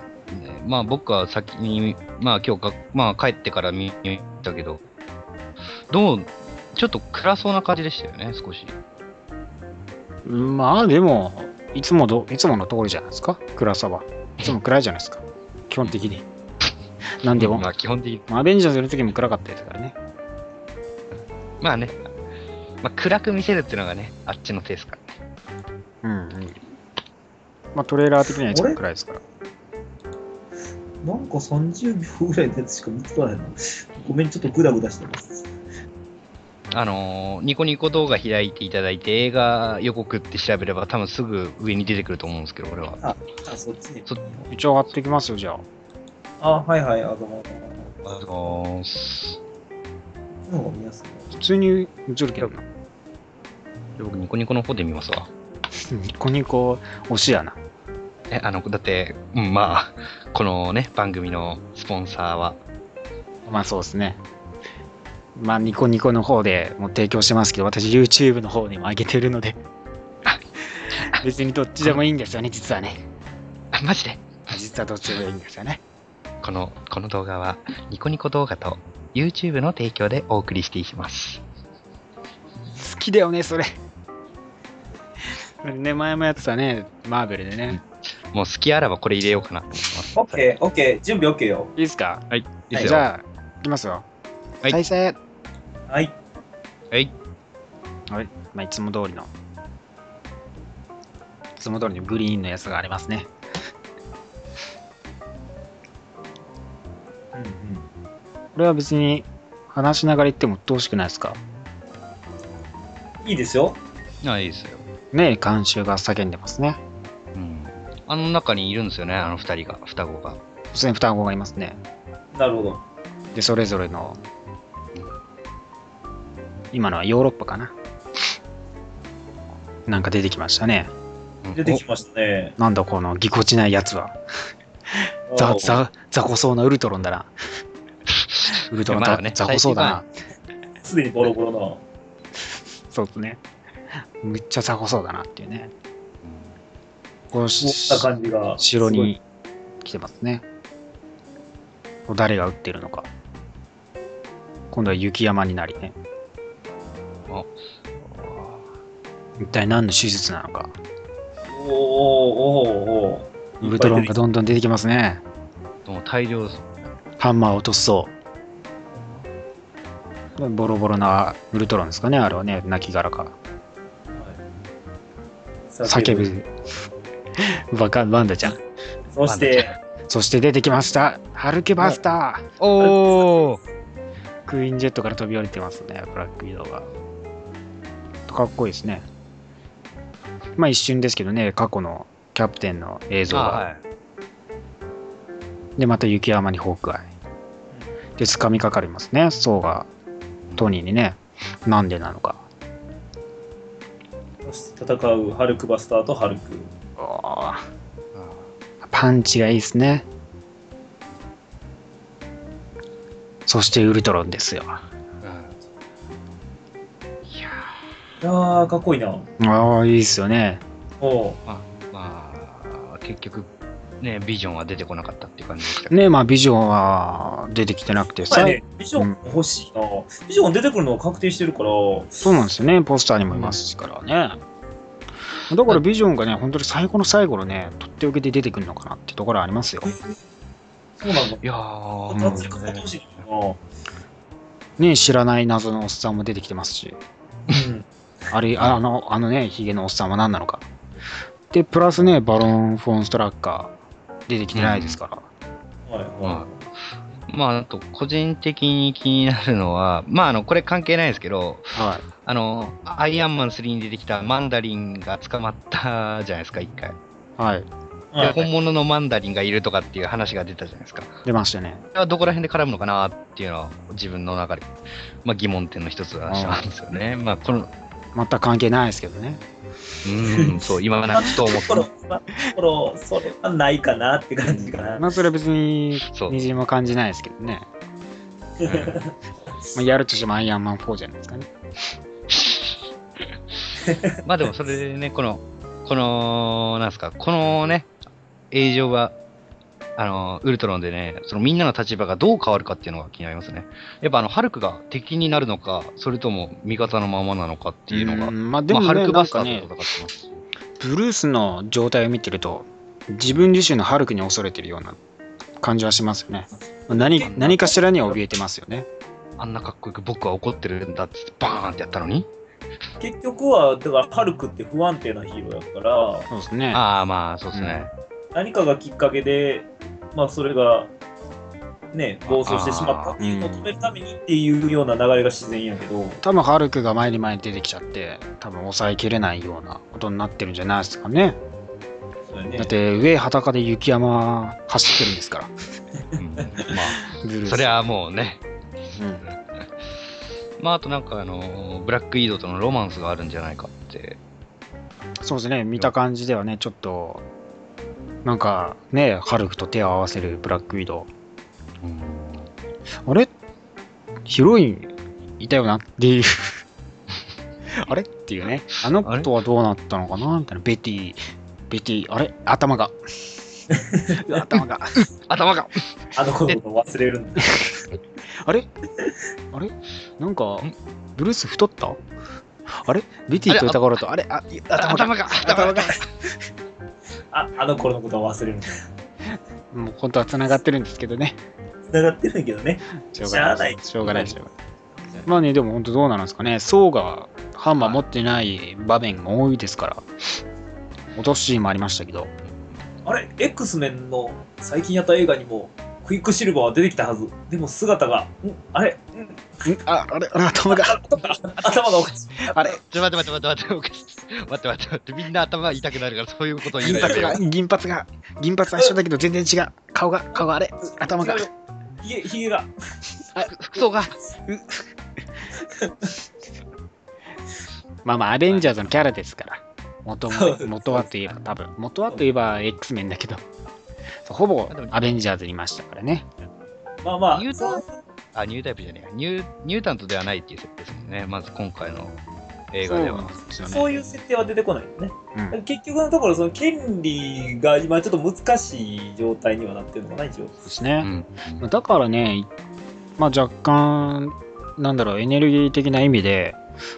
D: まあ僕は先に、まあ今日か、まあ帰ってから見に行ったけど、どう、ちょっと暗そうな感じでしたよね、少し。
B: うんまあでも、いつもど、いつもの通りじゃないですか暗さは。いつも暗いじゃないですか。基本 的に。なんでも。
D: まあ基本的に、
B: まあアベンジャーズやる時も暗かったですからね。
D: まあね、まあ暗く見せるっていうのがね、あっちの手ですから。
B: うん、うん。まあトレーラー的には一番暗いですから。
C: なんか30秒ぐらいのやつしか見つからへんな。ごめん、ちょっとグダグダしてます。
D: あのーニコニコ動画開いていただいて、映画予告って調べれば、多分すぐ上に出てくると思うんですけど、俺は。
C: あ、そっちね。
D: そ
B: 一応上がってきますよ、じゃあ。
C: あ、はいはい、あの、どうも
D: あのーす
C: この方が見やすいね。
B: 普通に映るけどな。
D: 僕、ニコニコの方で見ますわ。
B: ニコニコ推しやな。
D: え、あの、だって、うん、まあ、このね、番組のスポンサーは、
B: まあそうですね。まあニコニコの方でもう提供してますけど、私 YouTube の方にも上げてるの で。別にどっちでもいいんですよね、実はね。
D: あ、マジで、
B: 実はどっちでもいいんですよね。
D: この、この動画は、ニコニコ動画と YouTube の提供でお送りしていきます。
B: 好きだよね、それ。ね、前もやってたね、マーベルでね。
D: もう好きあらばこれ入れようかなと思ってます。
C: オッケー、オッケー、準備オッケーよ。
B: いいですか
D: はい、いいですよ。
B: じゃあ、いきますよ。
D: はい
B: 再生。
C: はい。
D: はい。
B: はい。まあ、いつも通りの。いつも通りのグリーンのやつがありますね。
C: うんうん。
B: これは別に話しながら言っても鬱陶しくないですか
C: いいですよ。
D: あ、いいですよ。
B: ねえ、監修が叫んでますね。
D: うん。あの中にいるんですよね、あの二人が、双子が。
B: 普通に双子がいますね。
C: なるほど。
B: で、それぞれの、今のはヨーロッパかな。なんか出てきましたね。
D: うん
C: 出てきましたね。
B: なんだこのぎこちないやつは。ザ、ザ、ザコそうなウルトロンだ な。ウルトロン
D: ま
B: ザ,、
D: だね
B: ザコそうだな。
C: すでにボロボロ
B: そうですね。むっちゃザコそうだなっていうね。こう
C: な、持った
B: し
C: 感じが。
B: 城に来てますね。誰が撃ってるのか。今度は雪山になりね。
D: あ
B: 一体何の手術なのか。
C: すごい。おーおーおーお
B: ウルトロンがどんどん出てきますね。
D: もう大量、
B: ハンマーを落とすそう。ボロボロなウルトロンですかね、あれはね、泣き殻か。叫ぶ。バカ、バンダちゃん。
C: そして、
B: そして出てきました、ハルケバスター。
D: おお
B: クイーンジェットから飛び降りてますね、ブラックウィドウが。かっこいいですね。まあ一瞬ですけどね、過去のキャプテンの映像が。
D: はい。
B: で、また雪山にホークアイ。で、掴みかかりますね、ソーがトニーにね。なんでなのか。
C: そして戦うハルクバスターとハルク。
B: パンチがいいですね。そしてウルトロンですよ。あ
D: うんいや
C: いやー、かっこいいな。
B: あ、いいですよね。
C: おう
D: ーまあ、まあ、結局、ね、ビジョンは出てこなかったっていう感じでしたけど
B: ねまあビジョンは出てきてなくて
C: まあ
B: さ、
C: ね、ビジョン欲しいな。ビジョン出てくるのは確定してるから、
B: そうなんですよね。ポスターにもいますからね。だからビジョンがね、本当に最後の最後のね、とっておきで出てくるのかなってところありますよ。
C: そうなんだ。
D: いや
C: ま
D: ー
C: た追加されてほしいな。
B: ね知らない謎のおっさんも出てきてますし、
C: うん
B: あれ、ああの、あのね、ヒゲのおっさんは何なのか。で、プラスね、バロン・フォン・ストラッカー、出てきてないですから。
C: はいは
D: まあ、あと、個人的に気になるのは、まあ、あの、これ関係ないですけど、
B: はい。
D: あの、アイアンマン3に出てきたマンダリンが捕まったじゃないですか、一回。
B: はい。
C: い。
D: で、
C: はい
D: 本物のマンダリンがいるとかっていう話が出たじゃないですか。こ
B: 出ましたね。
D: れはどこら辺で絡むのかなっていうのは、自分の中で、まあ、疑問点の一つだしたんですよね。まあ、この、
B: 全く関係ないですけどね。
D: うん、そう、今なんかふと思っ
C: ところ
D: て、
C: まあところ、それはないかなって感じかな。
B: まあ、それは別に、
D: そう
B: にじも感じないですけどね。まあ、やるとしてもアイアンマン4じゃないですかね。
D: まあでもそれでね、この、この、なんすか、このね、映像は、あの、ウルトロンでね、そのみんなの立場がどう変わるかっていうのが気になりますね。やっぱあの、ハルクが敵になるのか、それとも味方のままなのかっていうのが、
B: んまあ、で
D: ま
B: も、
D: あ、
B: ね
D: ハルク
B: な
D: バ
B: ん
D: スタ
B: か
D: ー
B: ね
D: と、戦ってます。
B: ブルースの状態を見てると、自分自身のハルクに恐れてるような感じはしますよね。何何かしらには怯えてますよね。
D: あんなかっこよく僕は怒ってるんだっつって、バーンってやったのに。
C: 結局は、だから、ハルクって不安定なヒーローやから、
B: そうですね。
D: ああ、まあ、そうですね。
C: 何かがきっかけで、まあ、それが、ね、暴走してしまったっていうのを止めるためにっていうような流れが自然やけど、
B: 多分ハルクが前に前に出てきちゃって、多分抑えきれないようなことになってるんじゃないですかね。
C: そうやね
B: だっ、て、上裸で雪山走ってるんですから、
D: うんま
B: ブルー
D: あ、
B: ス。
D: それはもうね、
B: うん
D: まあ、あとなんかあの、ブラックイードとのロマンスがあるんじゃないかって。
B: そうですね、見た感じではね、ちょっと、なんかね、ハルクと手を合わせるブラックウィド
D: うん
B: ウ。あれヒロインいたよなっていう。あれっていうね。あの子はどうなったのかなみたいな。ベティ、ベティ、あれ頭が。頭が。
D: 頭が
C: あのことを忘れるんだ。
B: あれあれなんか、ブルース太ったあれベティといた頃と、あれあ頭
D: 頭
B: が。
D: が
B: 頭が
D: 頭が
C: あ、あの頃のことを忘れるんだ。
B: もう本当は繋がってるんですけどね。
C: 繋がってるんやけどね。
B: しょうがない。し
C: し
B: ょ
C: ょ
B: う
C: う
B: が
C: が
B: な
C: ないい
B: しょうがない。まあね、でも本当どうなんですかね。層がハンマー持ってない場面が多いですから。落としシーンもありましたけど。
C: あれ、X メンの最近やった映画にも、クイックシルバーは出てきたはず。でも姿が、んあれ、ん
B: んあ、あれ、あれ、頭が。
C: 頭がおかしい。
B: あれ、
D: ちょっと待って待って待って待って待って待って待ってみんな頭痛くなるからそういうこと言う
B: 銀
D: な
B: 髪
D: よ
B: が、銀髪が、銀髪は一緒だけど全然違う。顔が、顔があれ、頭が。
C: ひげ、ひげが。
D: 服装が
B: まあまあ、アベンジャーズのキャラですから。元も
C: そうです
B: 元はといえば、多分元はといえば X メンだけど、そうほぼアベンジャーズにいましたからね。
C: まあまあ、
D: 言うと
C: そう
D: あニュータイプじゃねえやニューニュータントではないっていう設定ですもんねまず今回の映画で
B: そう
D: は
B: なんですよね
C: そういう設定は出てこないよね。
B: うん
C: 結局のところ、その権利が今ちょっと難しい状態にはなってるのかな、一応。
B: ですね。
D: うん
B: まあだからね、まあ、若干、なんだろう、エネルギー的な意味で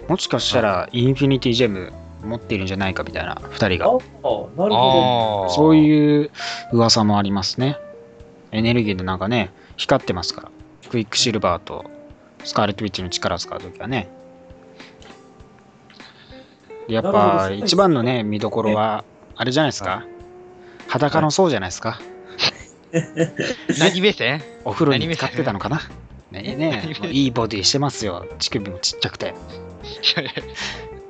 B: もしかしたらインフィニティジェム持っているんじゃないかみたいな2人
C: ああ
B: が、
C: なるほ
D: ああ。
B: そう
D: う。
B: いう噂もありますねエネルギーでなんかね光ってますからクイックシルバーとスカーレットウィッチの力を使う時はねや
C: なる
B: っ
C: ほ
B: ぱ
C: ど
B: 一番のね見どころはあれじゃないですか裸の層じゃないですか
D: 何目線
B: お風呂に使ってたのかなねね
D: 何
B: もういいボディしてますよ乳首もちっちゃくて、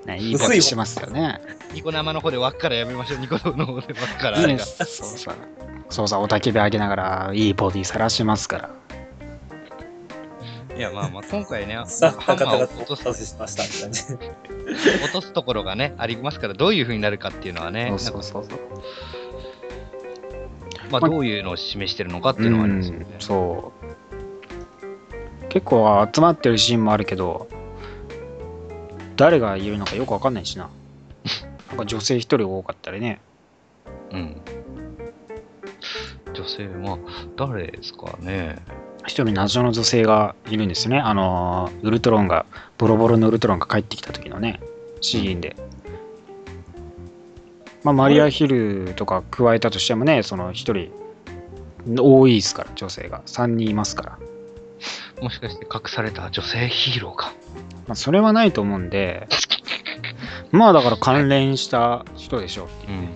B: ね、いいボディしてますよ ね
D: ニコ生の方で輪っからやめましょう。ニコ生の方で輪っから。
B: いいね、そうさ、そうさ、おたけび上げながら、いいボディさらしますから。
D: いや、まあまあ、今回ね、ハ
C: ど。さあ、
D: ン
C: 博
D: マ
C: 多が
D: ーを落
C: お待
D: とす
C: たせしましたみたいな。
D: 落とすところがね、ありますから、どういう風になるかっていうのはね、
B: そ
D: な
B: うんそ
D: か
B: うそうそう。
D: まあ、どういうのを示してるのかっていうのはありますよね。
B: うんそう。結構集まってるシーンもあるけど、誰がいるのかよくわかんないし な。なんか女性一人多かったりね。
D: うん。女性、まあ、誰ですかね。
B: 一人謎の女性がいるんですよね。あのーウルトロンが、ボロボロのウルトロンが帰ってきた時のね、シーンで。まあ、マリア・ヒルとか加えたとしてもね、その一人、多いですから、女性が。3人いますから。
D: もしかして隠された女性ヒーローか。
B: まあ、それはないと思うんで、まあだから関連した人でしょうっていうね。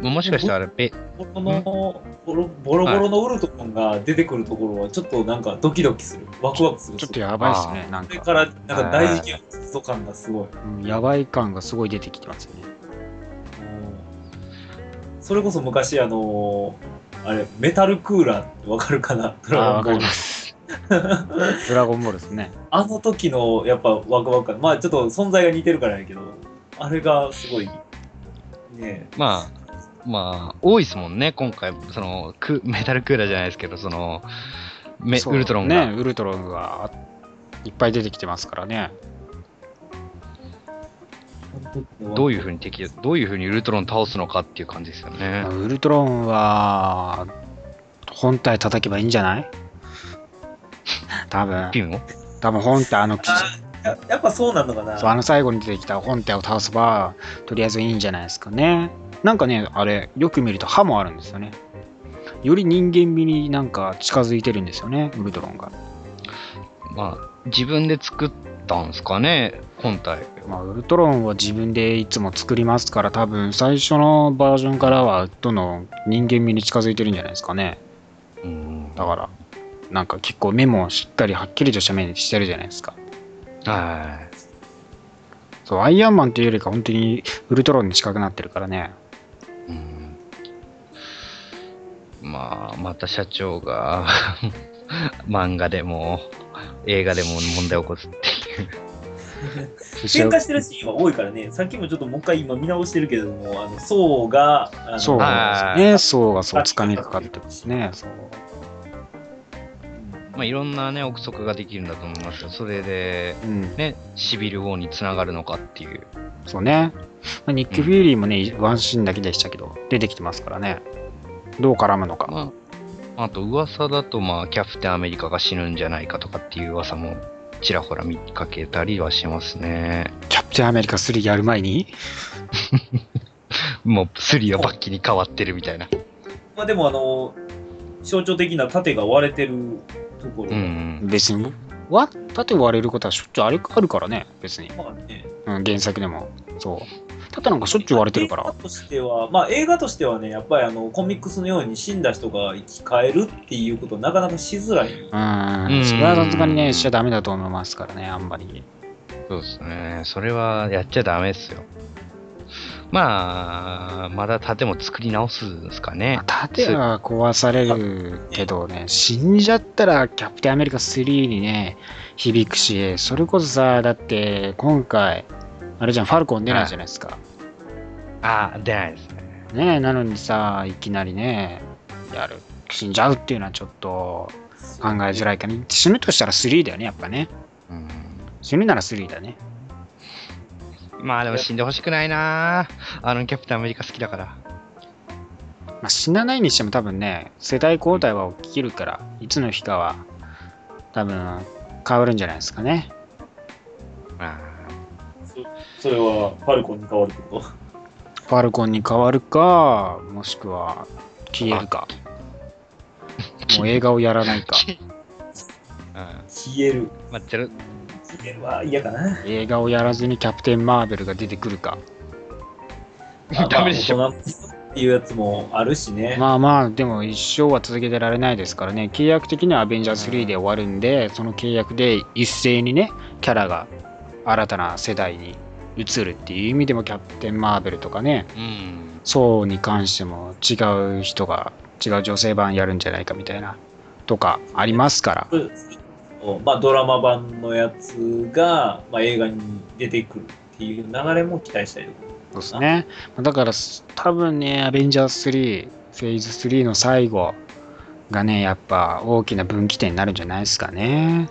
D: うん。もしかしたら、べ、
C: このボロボロボロのウルトロンが出てくるところはちょっとなんかドキドキするワクワクする
B: ちょっと
C: や
B: やばいですね、なん
C: それ
B: か。
C: からなんか大事件を起こ感がすごい、
B: うんやばい感がすごい出てきてますよね。
C: うんそれこそ昔あのーあれメタルクーラーってわかるかなド
B: あ
C: ラ
B: あ、わ
C: ゴ
B: か
C: ンボ
B: り
C: ー
B: ま
C: ル
B: す。ドラゴンボールですね。
C: あの時のやっぱワクワク感まあちょっと存在が似てるからやけどあれがすごいね
D: まあ、まあ、多いですもんね、今回、その、クメタルクーラーじゃないですけど、その、メ
B: そう
D: ウルトロンが、
B: ねウルトロンがいっぱい出てきてますからね
D: どういう
C: う
D: ふうに敵、どういうふうにウルトロン倒すのかっていう感じですよね
B: まあ。ウルトロンは本体叩けばいいんじゃない多分
D: ピンを
B: 多分本体あのき
C: あややっぱそうなのかな
B: そうあの最後に出てきた本体を倒せばとりあえずいいんじゃないですかねなんかねあれよく見ると歯もあるんですよねより人間味になんか近づいてるんですよねウルトロンが、
D: まあ、自分で作ったんですかね、本体。
B: まあ、ウルトロンは自分でいつも作りますから多分最初のバージョンからはどんどん人間味に近づいてるんじゃないですかね
D: うん。
B: だから、なんか結構目もしっかりはっきりとした目にしてるじゃないですか。
D: は
B: そう、アイアンマンっていうよりか本当にウルトロンに近くなってるからね。
D: い。うん。まあ、また社長が、 漫画でも、映画でも問題を起こすっていう。
C: 喧嘩してるシーンは多いからね、さっきもちょっともう一回今見直してるけれども、あの、層が、あの
B: そう
D: はい
B: なんですよね。そうがそう、つかみかかってますね。そう。
D: まあ、いろんなね、憶測ができるんだと思いますよ。それで、
B: うん。
D: ね、シビル王につながるのかっていう。
B: そうね。まあニック・フューリーもね、ワンシーンだけでしたけど、出てきてますからね。どう絡むのか。
D: まあ、あと噂だと、まあ、キャプテンアメリカが死ぬんじゃないかとかっていう噂もちらほら見かけたりはしますね。
B: キャプテンアメリカ3やる前に
D: もう、スリはバッキに変わってるみたいな。
C: まあでもあの、象徴的な盾が割れてるところ
D: う
C: が、
D: ん。
B: 別に、わ縦割れることはしょっちゅうあれあるからね、別に。
C: まあね、
B: うん、原作でも。そう。縦なんかしょっちゅう割れてるから
C: 映画。としては、まあ映画としてはね、やっぱりあの、コミックスのように死んだ人が生き返るっていうことはなかなかしづらい。
B: う、
D: うんん
B: それはさすがにね、しちゃダメだと思いますからね、あんまり。
D: そうですね。それはやっちゃダメですよ。まあ、まだ盾も作り直すんですかね
B: まあ。盾は壊されるけどね、死んじゃったらキャプテンアメリカ3にね、響くし、それこそさ、だって今回、あれじゃん、ファルコン出ないじゃないですか。
D: ああ、出ないですね。
B: ねえなのにさ、いきなりね、やる。死んじゃうっていうのはちょっと考えづらいかな。死ぬとしたら3だよね、やっぱね。
D: うん。
B: 死ぬなら3だね。
D: まあでも死んでほしくないなあのキャプテンアメリカ好きだから。
B: まあ、死なないにしても多分ね世代交代は起きるからいつの日かは多分変わるんじゃないですかね
D: ああ。
C: そうそれはファルコンに変わるって こと
B: ファルコンに変わるか、もしくは消えるか。もう映画をやらないか。
D: うん。ま
C: 消える
D: あ、ゼロ、
C: 消えるは嫌か な
B: 映画をやらずにキャプテン・マーベルが出てくるか。
C: まあ
D: ダメでしょ
C: まあ大人っていうやつもあるしね、
B: まあまあ、でも一生は続けてられないですからね、契約的にはアベンジャーズ3で終わるんで、その契約で一斉にね、キャラが新たな世代に移るっていう意味でも、キャプテン・マーベルとかね、
D: うん。
B: そうに関しても違う人が違う女性版やるんじゃないかみたいなとかありますから
C: そうまあ、ドラマ版のやつが、まあ、映画に出てくるっていう流れも期待したいとこ
B: そうですねだから多分ね「アベンジャーズ3」フェーズ3の最後がねやっぱ大きな分岐点になるんじゃないですかね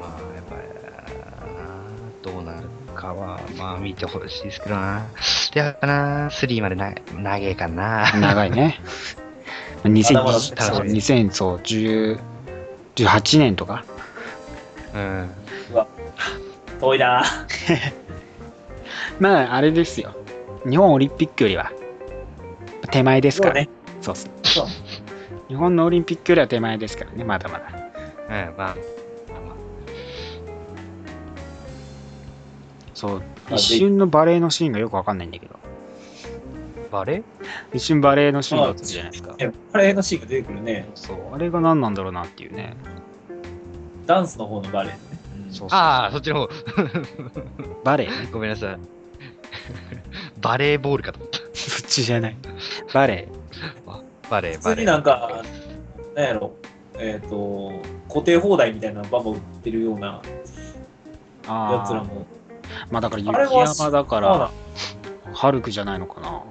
D: まあ、やっぱりな、どうなるかは、まあ、見てほしいですけどな。で、やっぱな、3までな、長えかな。
B: 長い ね
C: まだまだ
B: 2000
D: 楽し
B: そう
D: みで
B: 2000そう10 18年とか
D: うん。
C: 遠いな
B: まああれですよ日本オリンピックよりは手前ですから
C: ね
B: そうそう
C: そう
B: 日本のオリンピックよりは手前ですからねまだまだ
D: うん、まあ、ま
B: そう
C: あ
B: 一瞬のバレーのシーンがよくわかんないんだけど
D: あ、バレー
B: 一瞬バレーのシーンが映るじゃないですか
C: やっぱり映画シーンが出てくるね
B: そうあれが何なんだろうなっていうね
C: ダンスの方のバレエね、うん
B: そうそう
D: ああ、そっちの方。
B: バレーね
D: ごめんなさい。バレーボールかと思っ
B: そっちじゃないバレ
D: た。バレー、
C: 普
D: バ
C: 通
D: レ
C: に
D: ー。
C: なんか、なんやろ、えっ、と、固定放題みたいなババ売ってるような
B: ーあ
C: やつら
B: あ
C: も。
B: まあだから
C: あれは
B: 雪山だからハルクじゃないのかな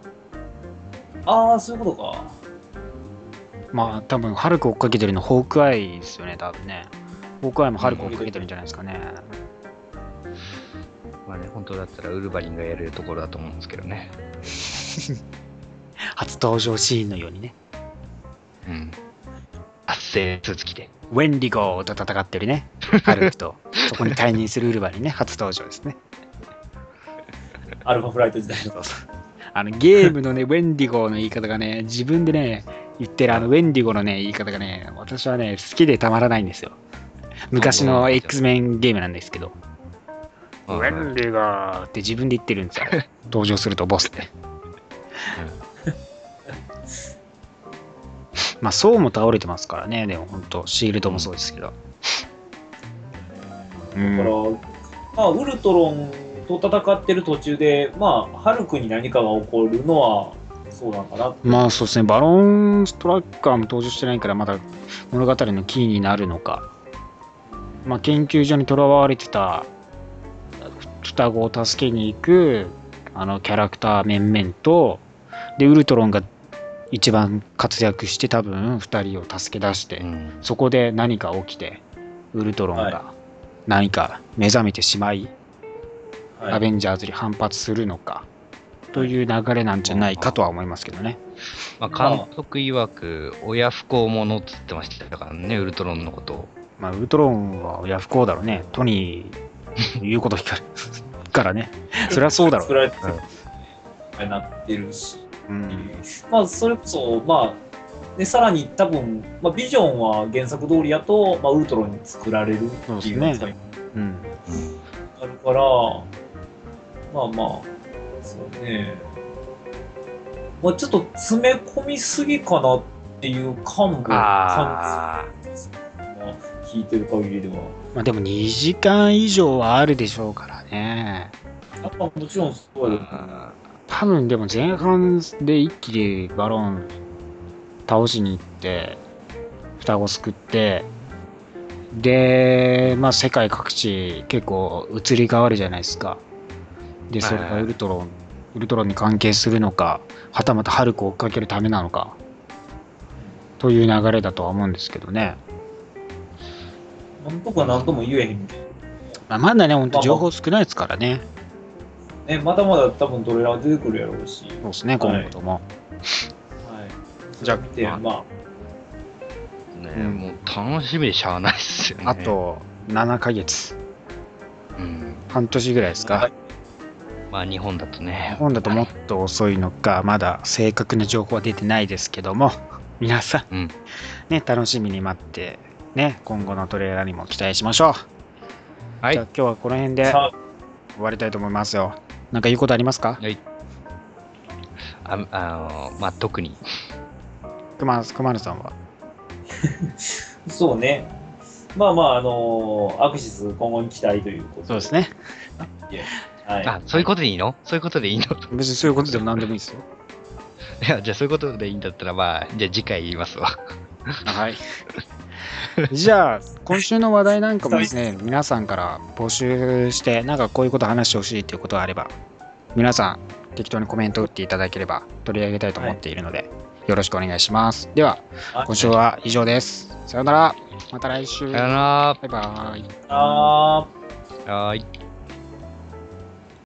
C: ああ、そういうことか。
B: まあ多分ハルク追っかけてるのホークアイですよね多分ねホークアイもハルク追っかけてるんじゃないですかね
D: まあね、本当だったらウルバリンがやれるところだと思うんですけどね。
B: 初登場シーンのようにね
D: うん。発生スーツ着て。
B: ウェンディゴーと戦ってるねハ ルクとそこに退任するウルヴァリンね初登場ですね
C: アルファフライト時代の。
B: そうそうあのゲームのね、ウェンディゴーの言い方がね、自分でね、言ってるあのウェンディゴーのね、言い方がね、私はね、好きでたまらないんですよ。昔の X メンゲームなんですけど、ウ
D: うん
B: ェンディゴーって自分で言ってるんですよ。登場するとボスって。まあ、そうも倒れてますからね、でも本当、シールドもそうですけど。う
C: だから
B: ん、、
C: まあ、ウルトロンと戦ってる途中で、まあ、ハルクに何かが起こるのは、そうなんかな。
B: まあそうですね、バロンストラッカーも登場してないから、まだ物語のキーになるのか、まあ、研究所にとらわれてた双子を助けに行くあのキャラクター面々と、で、ウルトロンが一番活躍して、多分2人を助け出して、
D: うん。
B: そこで何か起きて、ウルトロン
C: はい
B: が何か目覚めてしまい、
C: はい
B: アベンジャーズに反発するのか、という流れなんじゃないかとは思いますけどね。
D: まあ、監督曰く、親不幸者っつってましたからね、ウルトロンのことを。
B: まあ、ウルトロンは親不幸だろうね。トニー、言うこと聞かるからね。 そりゃそうだろ
C: 作
B: う。
C: られてる、なってるし。
B: うん、
C: まあ、それこそ、まあ、でさらに多分、まあ、ビジョンは原作通りやと、まあ、ウルトロンに作られるっていうのが
B: そうですねうん。
C: あるから、まあまあ、そうね。まあちょっと詰め込みすぎかなっていう感も感
D: ああ。
C: じ聞いてる限りでは。
B: まあ、でも2時間以上はあるでしょうからね。
C: やっぱもちろんそうや
B: 多分でも前半で一気にバロン倒しに行って、双子救って、で、まあ世界各地結構移り変わるじゃないですか。で、それ
D: はいは
B: が
D: い
B: ウルトロン、ウルトロンに関係するのか、はたまたハルクを追っかけるためなのか、という流れだとは思うんですけどね。
C: なんとかなんとも言えへん
B: まあ、まだね、ほんと情報少ないですからね。
C: ね。まだまだ多分トレーラー出てくるやろうし。
B: そうですね、今後とも。
C: はい。
B: じゃあ
C: 見て、
B: まあ
C: ま
D: ね、
B: うん
D: もう楽しみでしゃあないっすよね。
B: あ、と7ヶ月。
D: うん。
B: 半年ぐらいですか。
D: まあ日本だとね。
B: 日本だともっと遅いのか、まだ正確な情報は出てないですけども、皆さん、
D: うん
B: ね、楽しみに待って、ね、今後のトレーラーにも期待しましょう。
D: はい
B: じゃあ今日はこの辺で終
C: さ
B: わりたいと思いますよ。なんか言うことありますか
D: ああの、まあ特に。
B: 熊熊野さんは。
C: あそうね。まあまあ、あのーアクシス今後に期待ということ
B: そうですね。
C: はい。
D: あ、そういうことでいいのそういうことでいいのい
B: 別にそういうことでも何でもいいですよ。
D: や、じゃあそういうことでいいんだったら、まあ、じゃあ次回言いますわ。
B: はい。 じゃあ、今週の話題なんかもですね、皆さんから募集して、なんかこういうこと話してほしいということがあれば、皆さん、適当にコメントを打っていただければ取り上げたいと思っているので、よろしくお願いします。では、
C: はい
B: 今週は以上です。さようなら。また来週。
D: さよ
B: バ
D: な
B: イバーイ。
C: あー
D: ら。はーい。